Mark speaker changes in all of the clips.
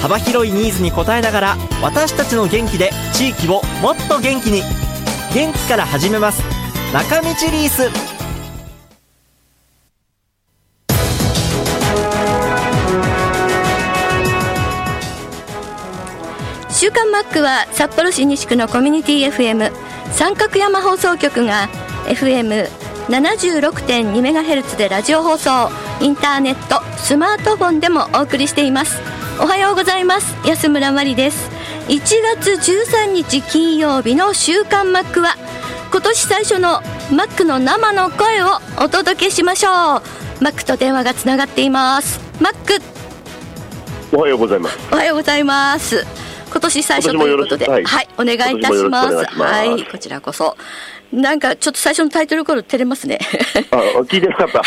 Speaker 1: 幅広いニーズに応えながら私たちの元気で地域をもっと元気に元気から始めます中道リース
Speaker 2: 週刊マックは札幌市西区のコミュニティ FM 三角山放送局が FM76.2 メガヘルツでラジオ放送インターネットスマートフォンでもお送りしていますおはようございます安村麻里です1月13日金曜日の週刊マックは今年最初のマックの生の声をお届けしましょうマックと電話がつながっていますマック
Speaker 3: おはようございます。
Speaker 2: おはようございます。今年最初ということで、
Speaker 3: 今
Speaker 2: はい、
Speaker 3: 年もよろし
Speaker 2: お願いいたしま
Speaker 3: 今年もよろ
Speaker 2: す。
Speaker 3: しくお願いします
Speaker 2: はい、こちらこそ。なんかちょっと最初のタイトルコール照れますね。
Speaker 3: あ、聞いてなかった。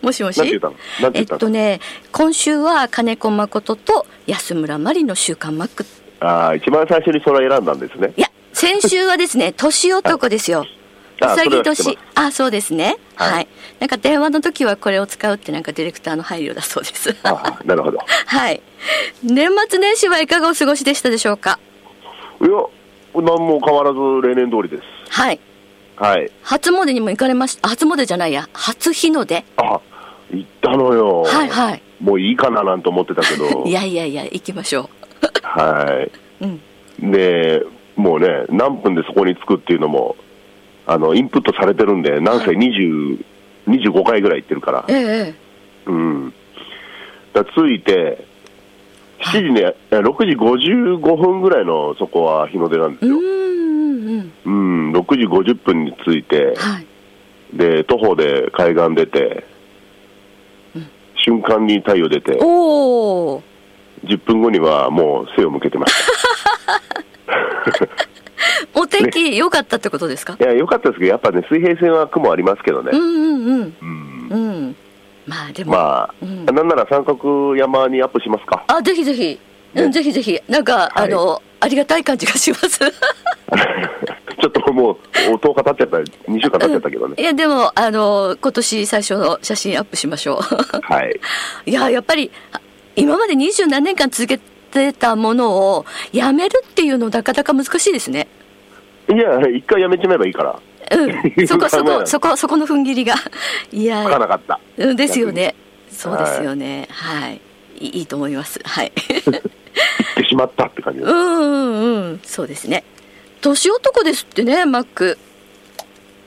Speaker 2: もしもし。
Speaker 3: なんて言ったのなんて
Speaker 2: え
Speaker 3: 言
Speaker 2: っ
Speaker 3: ったの
Speaker 2: とね、今週は金子誠と安村麻里の週刊マック。
Speaker 3: あー一番最初にそれを選んだんですね
Speaker 2: い。や、先週は ですね、年男ですよ。う
Speaker 3: あ
Speaker 2: さぎ
Speaker 3: それは知っ
Speaker 2: 年
Speaker 3: て。
Speaker 2: あ、そうですね、は。
Speaker 3: はいい
Speaker 2: なんか電話の時はこれを使うってなんかディレクターの配慮だそうです。
Speaker 3: あーなるほど。
Speaker 2: はい。年末年始はいかがお過ごしでしたでしょうか
Speaker 3: いや、何も変わらず例年通りです。
Speaker 2: はい。
Speaker 3: はい。
Speaker 2: 初詣にも行かれました。初詣じゃないや。初日の出。
Speaker 3: あ、行ったのよ。
Speaker 2: はいはい。
Speaker 3: もういいかななんて思ってたけど
Speaker 2: い。やいやいや、行きましょ
Speaker 3: は
Speaker 2: う。うん。
Speaker 3: い。で、もうね、何分でそこに着くっていうのも、あの、インプットされてるんで、なんせ20、25回ぐらい行ってるから
Speaker 2: え。えええ。
Speaker 3: うん。だから着いて、7時ね、え6時55分ぐらいのそこは日の出なんです
Speaker 2: う
Speaker 3: よ。
Speaker 2: んうんうん。
Speaker 3: うん、6時50分に着いて、
Speaker 2: はい。
Speaker 3: で、徒歩で海岸出て、瞬間に太陽出て、
Speaker 2: おお。
Speaker 3: 10分後にはもう背を向けてまし
Speaker 2: お天気良かったってことですか、
Speaker 3: た。いや、良かったですけど、やっぱね、水平線は雲ありますけどね
Speaker 2: う。んうん
Speaker 3: うん。
Speaker 2: うん。うん。まあでも。
Speaker 3: まあ、
Speaker 2: うん
Speaker 3: なんなら三角山にアップしますか。
Speaker 2: あ、ぜひぜひ。うん、
Speaker 3: ね
Speaker 2: ぜひぜひ。なんか、
Speaker 3: はい
Speaker 2: あの、ありがたい感じがし ます。
Speaker 3: ちょっともう、10日経っちゃった、2週間経っちゃったけど
Speaker 2: い
Speaker 3: ね。
Speaker 2: や、でも、あの、今年最初の写真アップしましょう。
Speaker 3: はい。
Speaker 2: いや、やっぱり、あ今まで二十何年間続けてたものをやめるっていうのなかなか難しいですね。
Speaker 3: いや、一回やめちまえばいいから。
Speaker 2: うん。そこ、そ
Speaker 3: 考えな
Speaker 2: こ、
Speaker 3: い
Speaker 2: そこ、そこの踏ん切りが。 い
Speaker 3: 書かな
Speaker 2: や、
Speaker 3: かった。
Speaker 2: うんですよね。そうですよね。はい。いいいいと思います。はい。
Speaker 3: 行ってしまったって感じで
Speaker 2: う
Speaker 3: す。
Speaker 2: んうんうん。そうですね。年男ですってね、マック。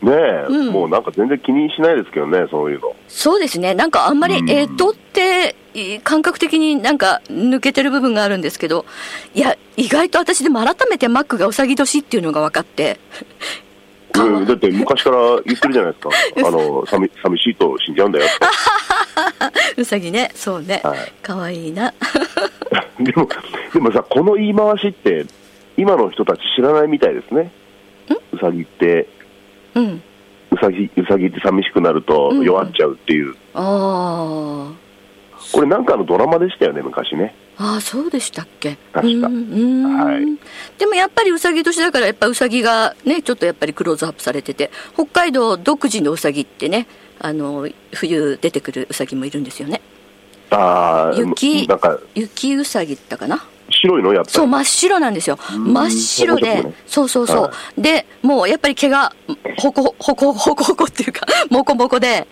Speaker 3: ねえ、
Speaker 2: うん
Speaker 3: もうなんか全然気にしないですけどね、そういうの。
Speaker 2: そうですね。なんかあんまり
Speaker 3: う、ん
Speaker 2: えっとって、い感覚的になんか抜けてる部分があるんですけど、いや、意外と私でも改めてマックがうさぎ年っていうのが分かって、顔
Speaker 3: うん、だって昔から言ってるじゃな いですか、あの寂寂しいと死んじゃうんだよっ
Speaker 2: うさぎね、そうね
Speaker 3: は。
Speaker 2: かわいいな。
Speaker 3: て、でもでもさ、この言い回しって、今の人たち知らないみたいですね、うさぎって、
Speaker 2: うん。
Speaker 3: うさぎうさぎって寂しくなると
Speaker 2: うん
Speaker 3: 弱っちゃうっていう、
Speaker 2: ああ。
Speaker 3: これ、なんかのドラマでしたよね、昔ね、
Speaker 2: ああそうでしたっけ
Speaker 3: 確か
Speaker 2: うんうん
Speaker 3: はい
Speaker 2: でもやっぱりうさぎ年だからやっぱうさぎがねちょっとやっぱりクローズアップされてて北海道独自のうさぎってねあの冬出てくるうさぎもいるんですよね
Speaker 3: ああ、
Speaker 2: 雪
Speaker 3: なんか
Speaker 2: 雪うさぎだったかな
Speaker 3: 白いの、やっぱ
Speaker 2: そう
Speaker 3: り、
Speaker 2: 真っ白なんですよ
Speaker 3: ん
Speaker 2: 真っ白で
Speaker 3: そうですね
Speaker 2: そうそうそう、
Speaker 3: は
Speaker 2: でもうやっぱり毛がほこほこほこほこっていうかモコモコで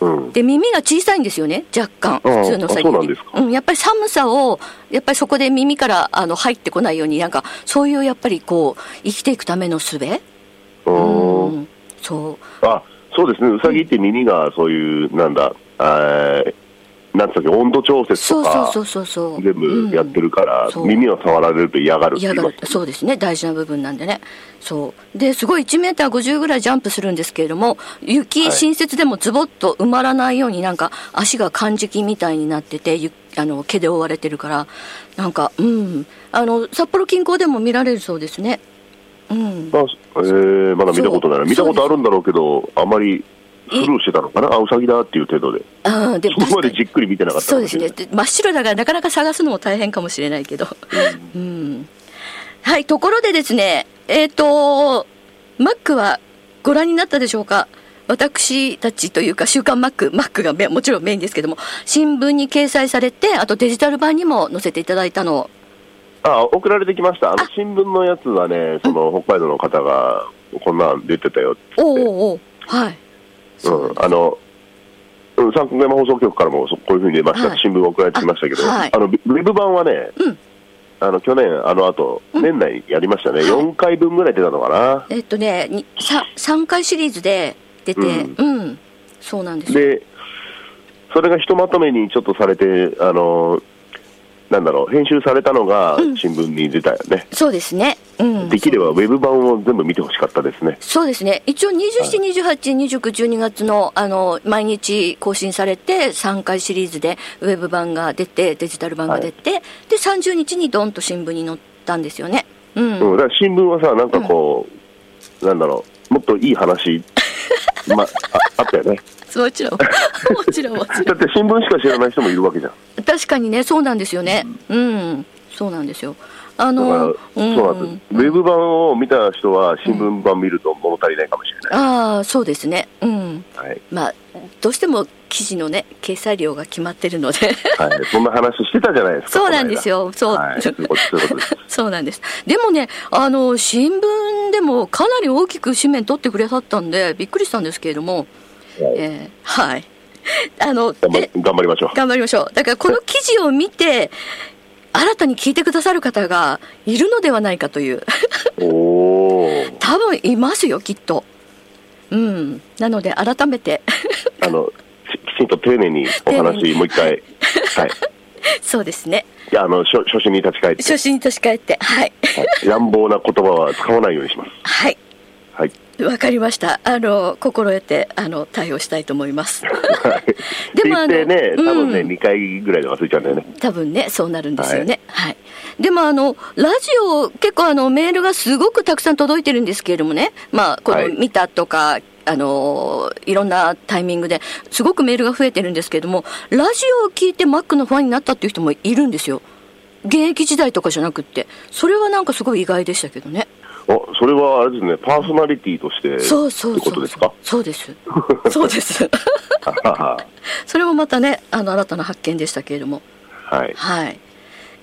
Speaker 3: うん、
Speaker 2: で耳が小さいんですよね若干
Speaker 3: ああ
Speaker 2: 普通のウサギ
Speaker 3: あそうなんですか
Speaker 2: うん、やっぱり寒さをやっぱりそこで耳からあの入ってこないようになんかそういうやっぱりこう生きていくための術
Speaker 3: う
Speaker 2: うんんそう
Speaker 3: あそうですね、うさぎって耳がそういう、なんだ、あーなんていうの温度調節
Speaker 2: そ
Speaker 3: と
Speaker 2: うそう
Speaker 3: か
Speaker 2: そうそうそう
Speaker 3: 全部やってるから、
Speaker 2: そう
Speaker 3: 耳を触られると嫌がるって言
Speaker 2: 嫌
Speaker 3: い
Speaker 2: が
Speaker 3: ま
Speaker 2: る
Speaker 3: す
Speaker 2: そうですね大事な部分なんでねそうですごい1メーター50ぐらいジャンプするんですけれども雪、
Speaker 3: はい
Speaker 2: 新雪でもズボッと埋まらないようになんか足が漢字みたいになっててゆあの毛で覆われてるからなんかうんあの札幌近郊でも見られるそうですねうん
Speaker 3: まあえーまだ見たことない
Speaker 2: そう
Speaker 3: 見たことあるんだろうけどあまりスルーしてたのかなあウサギだっていう程度で
Speaker 2: あーで
Speaker 3: そこま
Speaker 2: 確か
Speaker 3: で
Speaker 2: に
Speaker 3: じっくり見てなかった
Speaker 2: そうで
Speaker 3: かも
Speaker 2: す
Speaker 3: しれ
Speaker 2: ね
Speaker 3: ない
Speaker 2: で真っ白だからなかなか探すのも大変かもしれないけど、うんはいところでですねえっ、とマックはご覧になったでしょうか私たちというか「週刊マック」マックがめもちろんメインですけども新聞に掲載されてあとデジタル版にも載せていただいたのを
Speaker 3: あ送られてきましたあの新聞のやつはねその北海道の方がこんなん出てたよって
Speaker 2: おうおうおうはい
Speaker 3: うん、あの、うん、三国山放送局からもそこういうふうに出ました、
Speaker 2: はい
Speaker 3: 新聞が送られてきましたけど、
Speaker 2: あ
Speaker 3: あ,、
Speaker 2: はい
Speaker 3: のウェブ版はね、
Speaker 2: うん
Speaker 3: あの去年、あの後、年内にやりましたね、
Speaker 2: はい
Speaker 3: 4回分ぐらい出たのかな、
Speaker 2: えっ、とねにさ3回シリーズで出てうん、そうなんですよ
Speaker 3: で、それがひとまとめにちょっとされて、あのなんだろう、編集されたのが新聞に出たよね、
Speaker 2: そうですねうん
Speaker 3: できればウェブ版を全部見てほしかったですね。
Speaker 2: そうですね一応27、28、29、12月のあの毎日更新されて3回シリーズでウェブ版が出てデジタル版が出て、で30日にドンと新聞に載ったんですよね。うん、
Speaker 3: うん、だから新聞はさ、なんかこう、なんだろう、もっといい 話、まあ、あったよね。
Speaker 2: も ちろんもちろんもち
Speaker 3: だって新聞しか知らない人もいるわけ じゃん。
Speaker 2: ろん確かにねそうなんですよねうんそうなんですよあ
Speaker 3: だから
Speaker 2: のうん
Speaker 3: そうなんです、ウェブ版を見た人は新聞版見ると物足りないかもしれない、
Speaker 2: ああそうですねうん
Speaker 3: はい
Speaker 2: まあどうしても記事のね掲載量が決まってるので
Speaker 3: はい、そんな話してたじゃないです か、
Speaker 2: そうなんですよ
Speaker 3: こ
Speaker 2: そう、
Speaker 3: の間はい、そういうことそういうことです、
Speaker 2: そうなんです。でもね、あの、新聞でもかなり大きく紙面取ってくれはったんで、びっくりしたんですけれども、
Speaker 3: はい
Speaker 2: えーはい。あの、
Speaker 3: 頑 張
Speaker 2: で、
Speaker 3: 頑張りましょ
Speaker 2: 頑張りましょう。だからこの記事を見て、新たに聞いてくださる方がいるのではないかという。
Speaker 3: う、おお、
Speaker 2: 多分いますよ、きっと。うん。なので、改めて、
Speaker 3: あのききちんと丁寧にお
Speaker 2: 丁寧
Speaker 3: 話、もう一回、はい、
Speaker 2: そうですね。
Speaker 3: いやあの初初心に立ち返って、
Speaker 2: 初心に立ち返って、はい。
Speaker 3: はい乱暴な言葉は使わないようにします。
Speaker 2: はい。
Speaker 3: はい、
Speaker 2: わかりました。あの、心得て、あの、対応したいと思います。でもあの
Speaker 3: って言ってね、多分ね、
Speaker 2: うん
Speaker 3: 2回ぐらいで忘れちゃうんだよね。
Speaker 2: 多分ねそうなるんですよねはい、でもあのラジオ結構あのメールがすごくたくさん届いてるんですけれどもねまあこ
Speaker 3: は
Speaker 2: の
Speaker 3: い
Speaker 2: 見たとか、あのいろんなタイミングですごくメールが増えてるんですけれどもラジオを聞いてマックのファンになったっていう人もいるんですよ現役時代とかじゃなくってそれはなんかすごい意外でしたけどね
Speaker 3: お、それはあれですね、パーソナリティとして、
Speaker 2: そうそう
Speaker 3: ってこ
Speaker 2: そ
Speaker 3: と
Speaker 2: う
Speaker 3: ですか。
Speaker 2: そうですそうです それもまたねあの新たな発見でしたけれども
Speaker 3: は い。
Speaker 2: はい。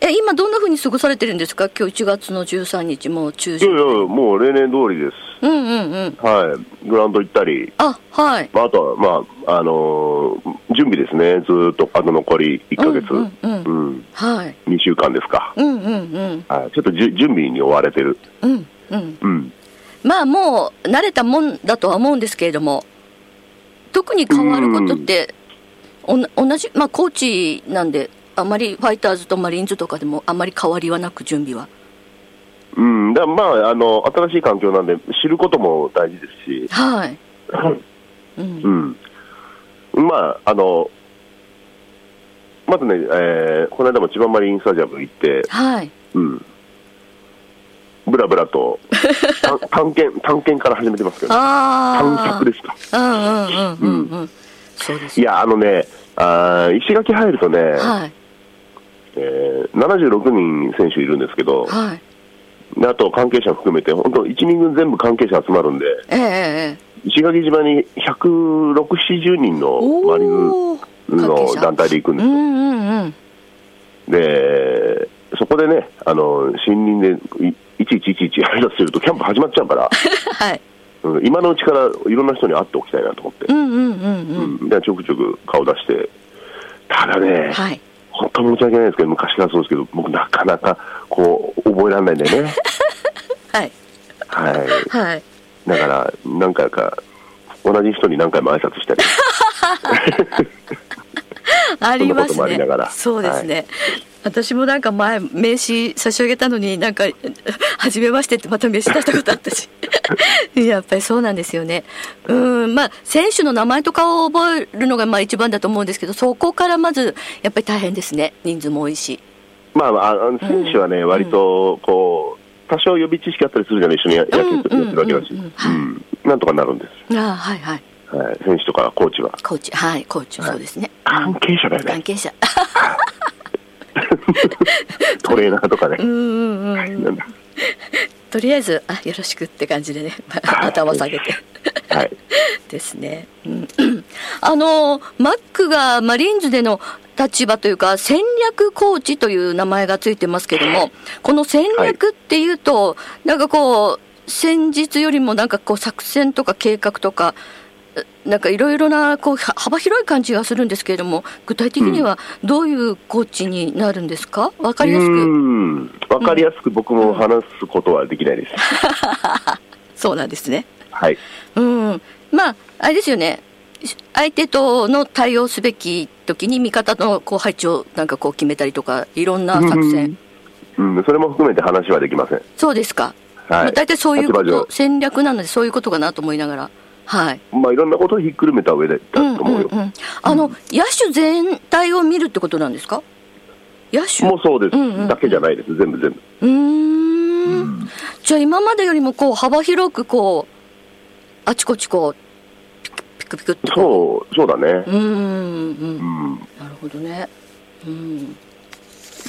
Speaker 2: え、今どんな風に過ごされてるんですか今日1月の13日、もう中
Speaker 3: いやいや、
Speaker 2: 旬。
Speaker 3: もう例年通りです。
Speaker 2: うんうんうん。
Speaker 3: はい、グラウンド行ったり、
Speaker 2: あ、はい。
Speaker 3: まあ、あとは、まああのー準備ですね、ずーっとあと残り1ヶ月、
Speaker 2: う
Speaker 3: うんん
Speaker 2: うんうはい。
Speaker 3: 2週間ですか、
Speaker 2: うんうんうん。
Speaker 3: はい、ちょっとじゅ準備に追われてる、
Speaker 2: うんうん。
Speaker 3: うん、
Speaker 2: まあもう慣れたもんだとは思うんですけれども、特に変わることって、おな同じ、まあコーチなんで、あまりファイターズとマリーンズとかでもあまり変わりはなく準備は。
Speaker 3: うん、だまああの、新しい環境なんで、知ることも大事ですし、
Speaker 2: はい。
Speaker 3: うんうん、まあ、あのまずね、えーこの間も千葉マリンスタジアム行って、
Speaker 2: はい。
Speaker 3: うん、ぶらぶ らと探探検、探検から始めてますけど、探
Speaker 2: ああ。
Speaker 3: 索ですか。
Speaker 2: うんうんうんうんうん。そうです
Speaker 3: い。や、あのね、あー石垣入るとね、
Speaker 2: はい。
Speaker 3: えー76人選手いるんですけど、
Speaker 2: はい。
Speaker 3: であと関係者含めて、本当、1人軍全部関係者集まるんで、
Speaker 2: ええええ。
Speaker 3: 石垣島に106、70人のマリー
Speaker 2: おー
Speaker 3: ズの団体で行く
Speaker 2: う
Speaker 3: んで
Speaker 2: ん
Speaker 3: す
Speaker 2: うんうん
Speaker 3: で、そこでね、あの森林でいいちいちいちいち挨拶すると、キャンプ始まっちゃ うから、
Speaker 2: はい
Speaker 3: うん今のうちからいろんな人に会っておきたいなと思って
Speaker 2: う、んうんうんうん
Speaker 3: うんでちょくちょく顔出して、ただね、
Speaker 2: はい
Speaker 3: 本当申し訳ないですけど、昔からそうですけど、僕、なかなかこう覚えられないんだよね、
Speaker 2: はい
Speaker 3: はい、
Speaker 2: はい
Speaker 3: だから、何回か、同じ人に何回も挨拶したり、
Speaker 2: あります
Speaker 3: そんなこともあり
Speaker 2: ね
Speaker 3: なが。ら
Speaker 2: そうですね。私もなんか前名刺差し上げたのになんか「初めまして」ってまた名刺出したことあった しやっぱりそうなんですよねうんまあ選手の名前とかを覚えるのがまあ一番だと思うんですけどそこからまずやっぱり大変ですね人数も多いし
Speaker 3: まあまあ、あの選手はね、割とこう、多少予備知識あったりするじゃない、一緒にや野球とかやってるわけだし、
Speaker 2: うんうんうん
Speaker 3: うんなんとかなるんで
Speaker 2: ああはいはい
Speaker 3: す、はい、選手とかコーチは。
Speaker 2: コーチはいコーチそうですね、
Speaker 3: 関係者だよ
Speaker 2: 関
Speaker 3: ね、
Speaker 2: 係者
Speaker 3: トレーナーとかね
Speaker 2: う。んうんうん
Speaker 3: なんだ
Speaker 2: とりあえずあよろしくって感じでね 頭下げて。
Speaker 3: はい、
Speaker 2: ですね。うんあの、マックがマリーンズでの立場というか、戦略コーチという名前がついてますけども、この戦略っていうと、なんかこう、戦術よりもなんかこう作戦とか計画とか、うなんかいろいろなこうは幅広い感じがするんですけれども、具体的にはどういうコーチになるんですかわかりやす
Speaker 3: う
Speaker 2: く。
Speaker 3: んわかりやすく僕も話すことはできないです。
Speaker 2: そうなんですね。
Speaker 3: はい、
Speaker 2: うん、まあ、あれですよね、し相手との対応すべき時に味方のこう配置をなんかこう決めたりとか、いろんな作戦、
Speaker 3: うん、それも含めて話はできません。
Speaker 2: そうですか、ま
Speaker 3: は
Speaker 2: あ
Speaker 3: い、
Speaker 2: 大体そういうこ
Speaker 3: 立場
Speaker 2: と、戦略なので、そういうことかなと思いながら、はい。
Speaker 3: 上まあ、いろんなことをひっくるめた上でだ
Speaker 2: うん
Speaker 3: と思うよ。
Speaker 2: うんうんあの、野手全体を見るってことなんですか野手
Speaker 3: もうそうです、
Speaker 2: うんうん
Speaker 3: だけじゃないです、全部全部。
Speaker 2: うーんじゃあ今までよりもこう幅広くこうあちこちこうピクピクってこ
Speaker 3: そう、そうだね
Speaker 2: う。うーんうん
Speaker 3: うん、
Speaker 2: なるほどね。うん。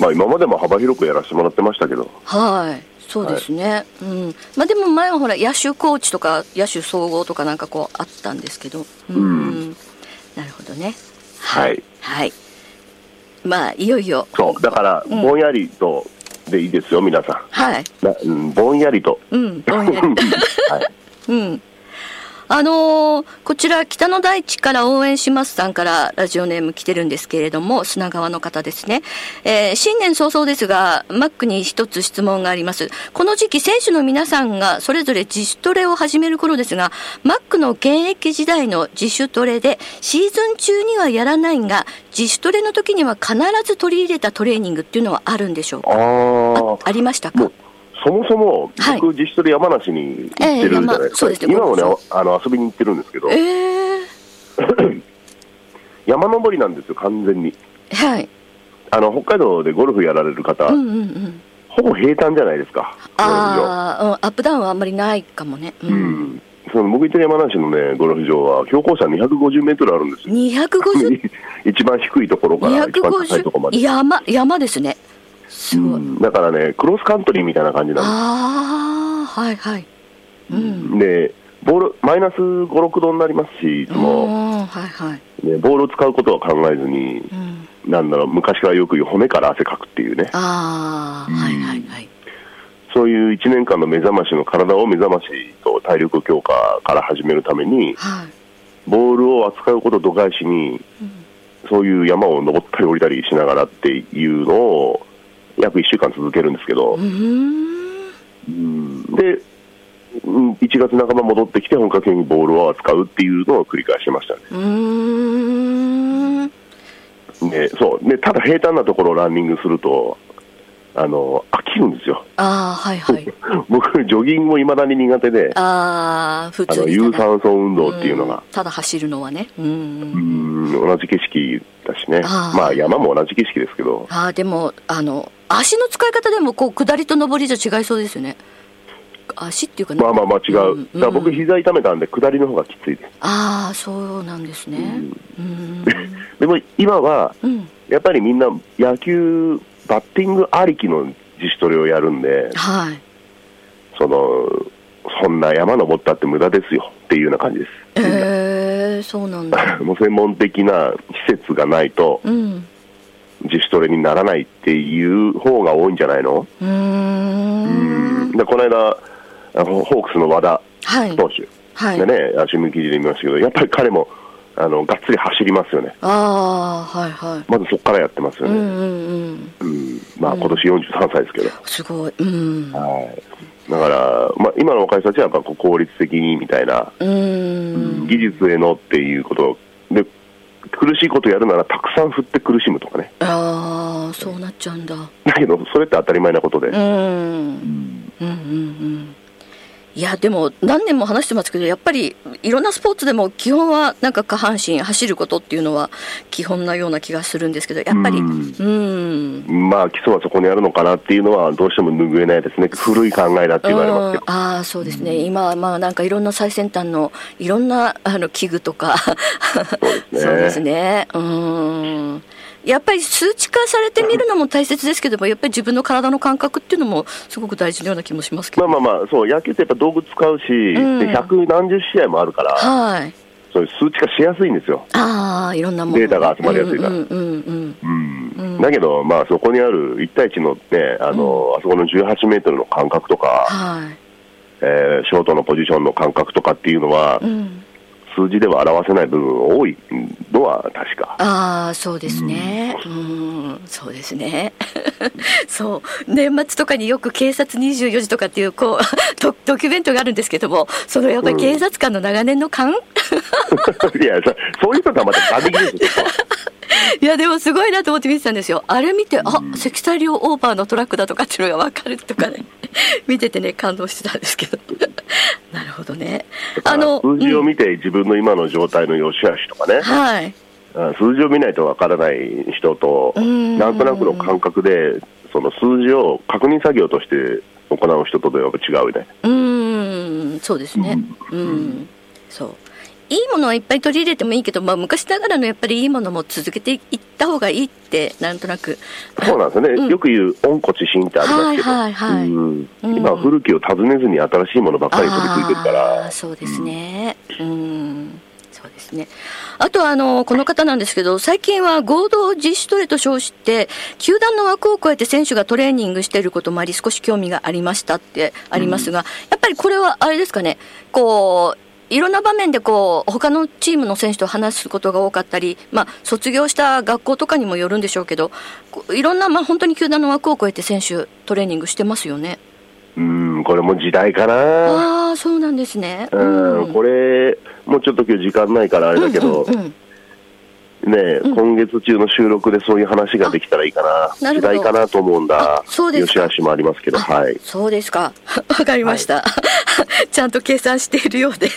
Speaker 3: まあ、今までも幅広くやらせてもらってましたけど。
Speaker 2: はい。そうですね。うん。まあでも前はほら野手コーチとか野手総合とかなんかこうあったんですけど。うん。
Speaker 3: うん
Speaker 2: なるほどね。
Speaker 3: はい。
Speaker 2: はい。まあいよいよ。
Speaker 3: そう、だから、
Speaker 2: うん
Speaker 3: ぼんやりとでいいですよ、皆さ
Speaker 2: はい。
Speaker 3: ん。なうん、ぼんやりと。
Speaker 2: うん。ぼんやり
Speaker 3: はい、
Speaker 2: うん。あのーこちら北の大地から応援しますさんからラジオネーム来てるんですけれども砂川の方ですね、えー新年早々ですがマックに一つ質問がありますこの時期選手の皆さんがそれぞれ自主トレを始める頃ですがマックの現役時代の自主トレでシーズン中にはやらないが自主トレの時には必ず取り入れたトレーニングっていうのはあるんでしょうか
Speaker 3: ああ
Speaker 2: あ。ありました
Speaker 3: も
Speaker 2: か
Speaker 3: うそもそも
Speaker 2: はい
Speaker 3: 僕、自主トレ山梨に行ってるじゃない
Speaker 2: ええ
Speaker 3: ですか、
Speaker 2: 山そうですね
Speaker 3: 今もね
Speaker 2: そう、
Speaker 3: あの遊びに行ってるんですけど
Speaker 2: え、ー、
Speaker 3: 山登りなんですよ、完全に。
Speaker 2: はい
Speaker 3: あの北海道でゴルフやられる方、
Speaker 2: うんうんうん
Speaker 3: ほぼ平坦じゃないですか、
Speaker 2: ああ、うん、アップダウンはあんまりないかもね。う
Speaker 3: ゴルフ場。う。ん、その僕行ってる山梨のね、ゴルフ場は標高差250メートルあるんですよ。
Speaker 2: 250、
Speaker 3: 一番低いところから一番高いところま
Speaker 2: 250、
Speaker 3: で、
Speaker 2: 山、山ですね。すごい。
Speaker 3: うんだからね、クロスカントリーみたいな感じなんで
Speaker 2: ああ、はいはい。うん。
Speaker 3: す、でボールマイナス5、6度になりますし、いつも、
Speaker 2: うん、はいはい。
Speaker 3: ね、ボールを使うことは考えずに、
Speaker 2: うん。
Speaker 3: なんだろう、昔からよく言う、骨から汗かくっていうね、
Speaker 2: ああ、はいはいはい。
Speaker 3: そういう1年間の目覚ましの体を目覚ましと体力強化から始めるために、
Speaker 2: はい。
Speaker 3: ボールを扱うことを度外視に、そういう山を登ったり降りたりしながらっていうのを、約1週間続けるんですけど
Speaker 2: う、ん。
Speaker 3: で、うん1月半ば戻ってきて、本格的にボールを扱うっていうのを繰り返してましたね。
Speaker 2: うん。
Speaker 3: でそうでただ平坦なところをランニングすると、あの飽きるんですよ、
Speaker 2: ああ、はいはい。
Speaker 3: 僕、ジョギングもいまだに苦手で、あ
Speaker 2: ああ、普通
Speaker 3: の
Speaker 2: に。
Speaker 3: 有酸素運動っていうのが、
Speaker 2: んただ走るのはね。うん
Speaker 3: うん同じ景色だしね、
Speaker 2: あー
Speaker 3: まあ山も同じ景色ですけど、
Speaker 2: ああでもあの足の使い方でもこう下りと上りじゃ違いそうですよね足っていうかね
Speaker 3: まあまあまあ違う、
Speaker 2: ん
Speaker 3: だから僕、
Speaker 2: うん
Speaker 3: 膝痛めたんで、下りの方がきついです。
Speaker 2: ああそうなんですねうん
Speaker 3: でも今は、
Speaker 2: うん
Speaker 3: やっぱりみんな野球、バッティングありきの自主トレをやるんで、
Speaker 2: はい
Speaker 3: そのそんな山登ったって無駄ですよ っていうような感じです。
Speaker 2: えー、そうなんだ
Speaker 3: もう専門的な施設がないと
Speaker 2: うん
Speaker 3: 自主トレにならないっていう方が多いんじゃないの
Speaker 2: うーん
Speaker 3: でこの間、あのホークスの和田
Speaker 2: はい
Speaker 3: 投手
Speaker 2: はい、
Speaker 3: でね、足向きで見ましたけど、やっぱり彼もあのがっつり走りますよね、
Speaker 2: ああはいはい
Speaker 3: まずそこからやってますよ
Speaker 2: うん
Speaker 3: ね、
Speaker 2: うんうん
Speaker 3: うんまあ今年43歳ですけど、
Speaker 2: すごいうん
Speaker 3: はい、だから、まあ、今の若い人たちはやっぱこう効率的にみたいな、
Speaker 2: うん
Speaker 3: 技術へのっていうことで、苦しいことやるならたくさん振って苦しむとかね。
Speaker 2: ああそうなっちゃうんだ
Speaker 3: だけど、それって当たり前なことで。
Speaker 2: うんうんうんうんいやでも何年も話してますけどやっぱりいろんなスポーツでも基本はなんか下半身走ることっていうのは基本なような気がするんですけどやっぱりう
Speaker 3: うん
Speaker 2: ん
Speaker 3: まあ、基礎はそこにあるのかなっていうのは、どうしても拭えないですね。古い考えだって言われますけど。
Speaker 2: ああそうですね、今まあなんかいろんな最先端のいろんなあの器具とか
Speaker 3: そうですね
Speaker 2: そうですねうんやっぱり数値化されてみるのも大切ですけどもやっぱり自分の体の感覚っていうのもすごく大事なような気もしますけ
Speaker 3: まあ
Speaker 2: ど、
Speaker 3: まあまあ、そう、野球ってやっぱ道具使うし、
Speaker 2: ん
Speaker 3: で100何十試合もあるから、
Speaker 2: はい
Speaker 3: そういう数値化しやすいんですよ。
Speaker 2: ああいろんなもの
Speaker 3: データが集まりやすいから
Speaker 2: うんうんうんうん
Speaker 3: うんだけど、まあ、そこにある1対1のね、あの、あそこの18メートルの間隔とか、
Speaker 2: はい
Speaker 3: えーショートのポジションの間隔とかっていうのは、
Speaker 2: うん、
Speaker 3: 数字では表せない部分多いのは確か。
Speaker 2: ああそうですねうんそうですね そう年末とかによく警察24時とかっていうこう ドドキュメントがあるんですけどもそのやっぱり
Speaker 3: うん
Speaker 2: 警察官の長年の勘
Speaker 3: いや、そそういうのがまた完璧ですよ。
Speaker 2: いやでもすごいなと思って見てたんですよあれ見てあ積載量オーバーのトラックだとかっていうのが分かるとかね 見ててね感動してたんですけど なるほどねあの
Speaker 3: 数字を
Speaker 2: うん
Speaker 3: 見て自分の今の状態の良し悪しとかね、
Speaker 2: はい
Speaker 3: うん数字を見ないとわからない人と、
Speaker 2: ん
Speaker 3: なんとなくの感覚で、その数字を確認作業として行う人とでは違うよね。
Speaker 2: うーんそうですねうん、そういいものはいっぱい取り入れてもいいけど、まあ、昔ながらのやっぱりいいものも続けていった方がいいってなんとなく
Speaker 3: そうなんですよね、よく言う、温故知新ってありますけど、
Speaker 2: はいはいはい
Speaker 3: うん
Speaker 2: うん
Speaker 3: 今は古きを尋ねずに新しいものばっかり取り付いてるか
Speaker 2: あー
Speaker 3: ら、
Speaker 2: そうですねうん、そうですねあとはあのこの方なんですけど最近は合同自主トレと称して球団の枠を超えて選手がトレーニングしていることもあり少し興味がありましたってありますが、やっぱりこれはあれですかねこういろんな場面でこう他のチームの選手と話すことが多かったり、まあ、卒業した学校とかにもよるんでしょうけどこういろんな、まあ、本当に球団の枠を超えて選手トレーニングしてますよね。
Speaker 3: うん、これも時代かな。
Speaker 2: ああそうなんですね。
Speaker 3: うん、これ、もうちょっと今日時間ないからあれだけど、
Speaker 2: うんうんうん
Speaker 3: ね、今月中の収録でそういう話ができたらいいかな。
Speaker 2: なる
Speaker 3: 時
Speaker 2: ほど
Speaker 3: 代かなと思うん
Speaker 2: あ
Speaker 3: だ。
Speaker 2: そうですか
Speaker 3: よしあしもありますけど、はい。
Speaker 2: そうですか。 わかりました。 ちゃんと計算しているようで。
Speaker 3: ち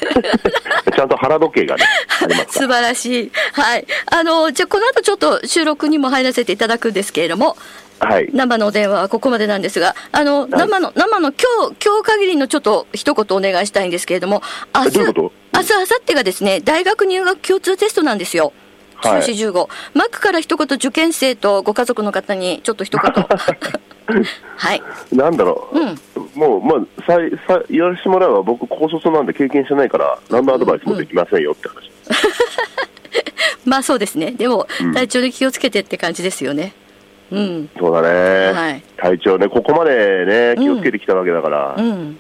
Speaker 3: ゃんと腹時計がね、ありますか
Speaker 2: 素晴らしい。はい。あの、じゃあこの後ちょっと収録にも入らせていただくんですけれども、
Speaker 3: ら。はい。
Speaker 2: 生のお電話はここまでなんですが、あの、生の、生の今日、今日限りのちょっと一言お願いしたいんですけれども、明日、
Speaker 3: どういうこと
Speaker 2: 明日、明後日がですね、大学入学共通テストなんですよ。
Speaker 3: はい
Speaker 2: 14、15。マックから一言受験生とご家族の方にちょっと一言。 はい。
Speaker 3: なんだろう、
Speaker 2: うん
Speaker 3: もう、まあ、さいさ言わせてもらえば、僕、高卒なんで経験してないから、何のアドバイスもできませんよって話。
Speaker 2: まあそうですね。でも、
Speaker 3: ん
Speaker 2: 体調に気をつけてって感じですよね。うん。
Speaker 3: そうだね、
Speaker 2: はい
Speaker 3: 体調ね、ここまでね、気をつけてきたわけだから
Speaker 2: う、ん。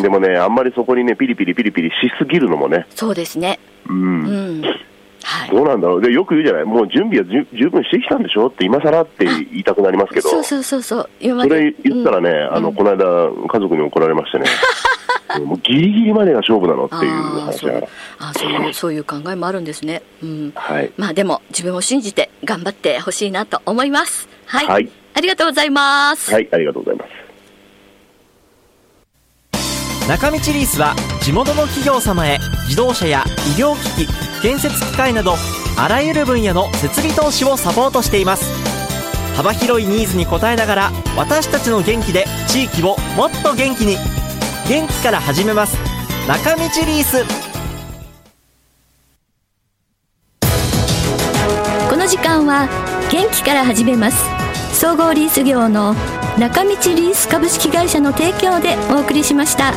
Speaker 3: でもね、あんまりそこにね、ピリピリピリピリしすぎるのもね、
Speaker 2: そうですね。
Speaker 3: うん
Speaker 2: うん。はい。
Speaker 3: どうなんだろうで、よく言うじゃない、もう準備はじゅ十分してきたんでしょって、今更って言いたくなりますけど、
Speaker 2: そうそうそうそう。今ま
Speaker 3: そ
Speaker 2: で
Speaker 3: れ言ったらね、あのこの間、家族に怒られましてね、 もうギリギリまでが勝負なのっていう
Speaker 2: ああ、
Speaker 3: 話
Speaker 2: そ
Speaker 3: だか
Speaker 2: う
Speaker 3: ら。。
Speaker 2: あーそういう、そういう考えもあるんですね。うん。
Speaker 3: はい
Speaker 2: まあでも、自分を信じて頑張ってほしいなと思います。はい。
Speaker 3: はい
Speaker 2: ありがとうございます。
Speaker 3: はい、ありがとうございます。
Speaker 1: 中道リースは地元の企業様へ自動車や医療機器建設機械などあらゆる分野の設備投資をサポートしています幅広いニーズに応えながら私たちの元気で地域をもっと元気に元気から始めます中道リース
Speaker 2: この時間は元気から始めます総合リース業の中道リース株式会社の提供でお送りしました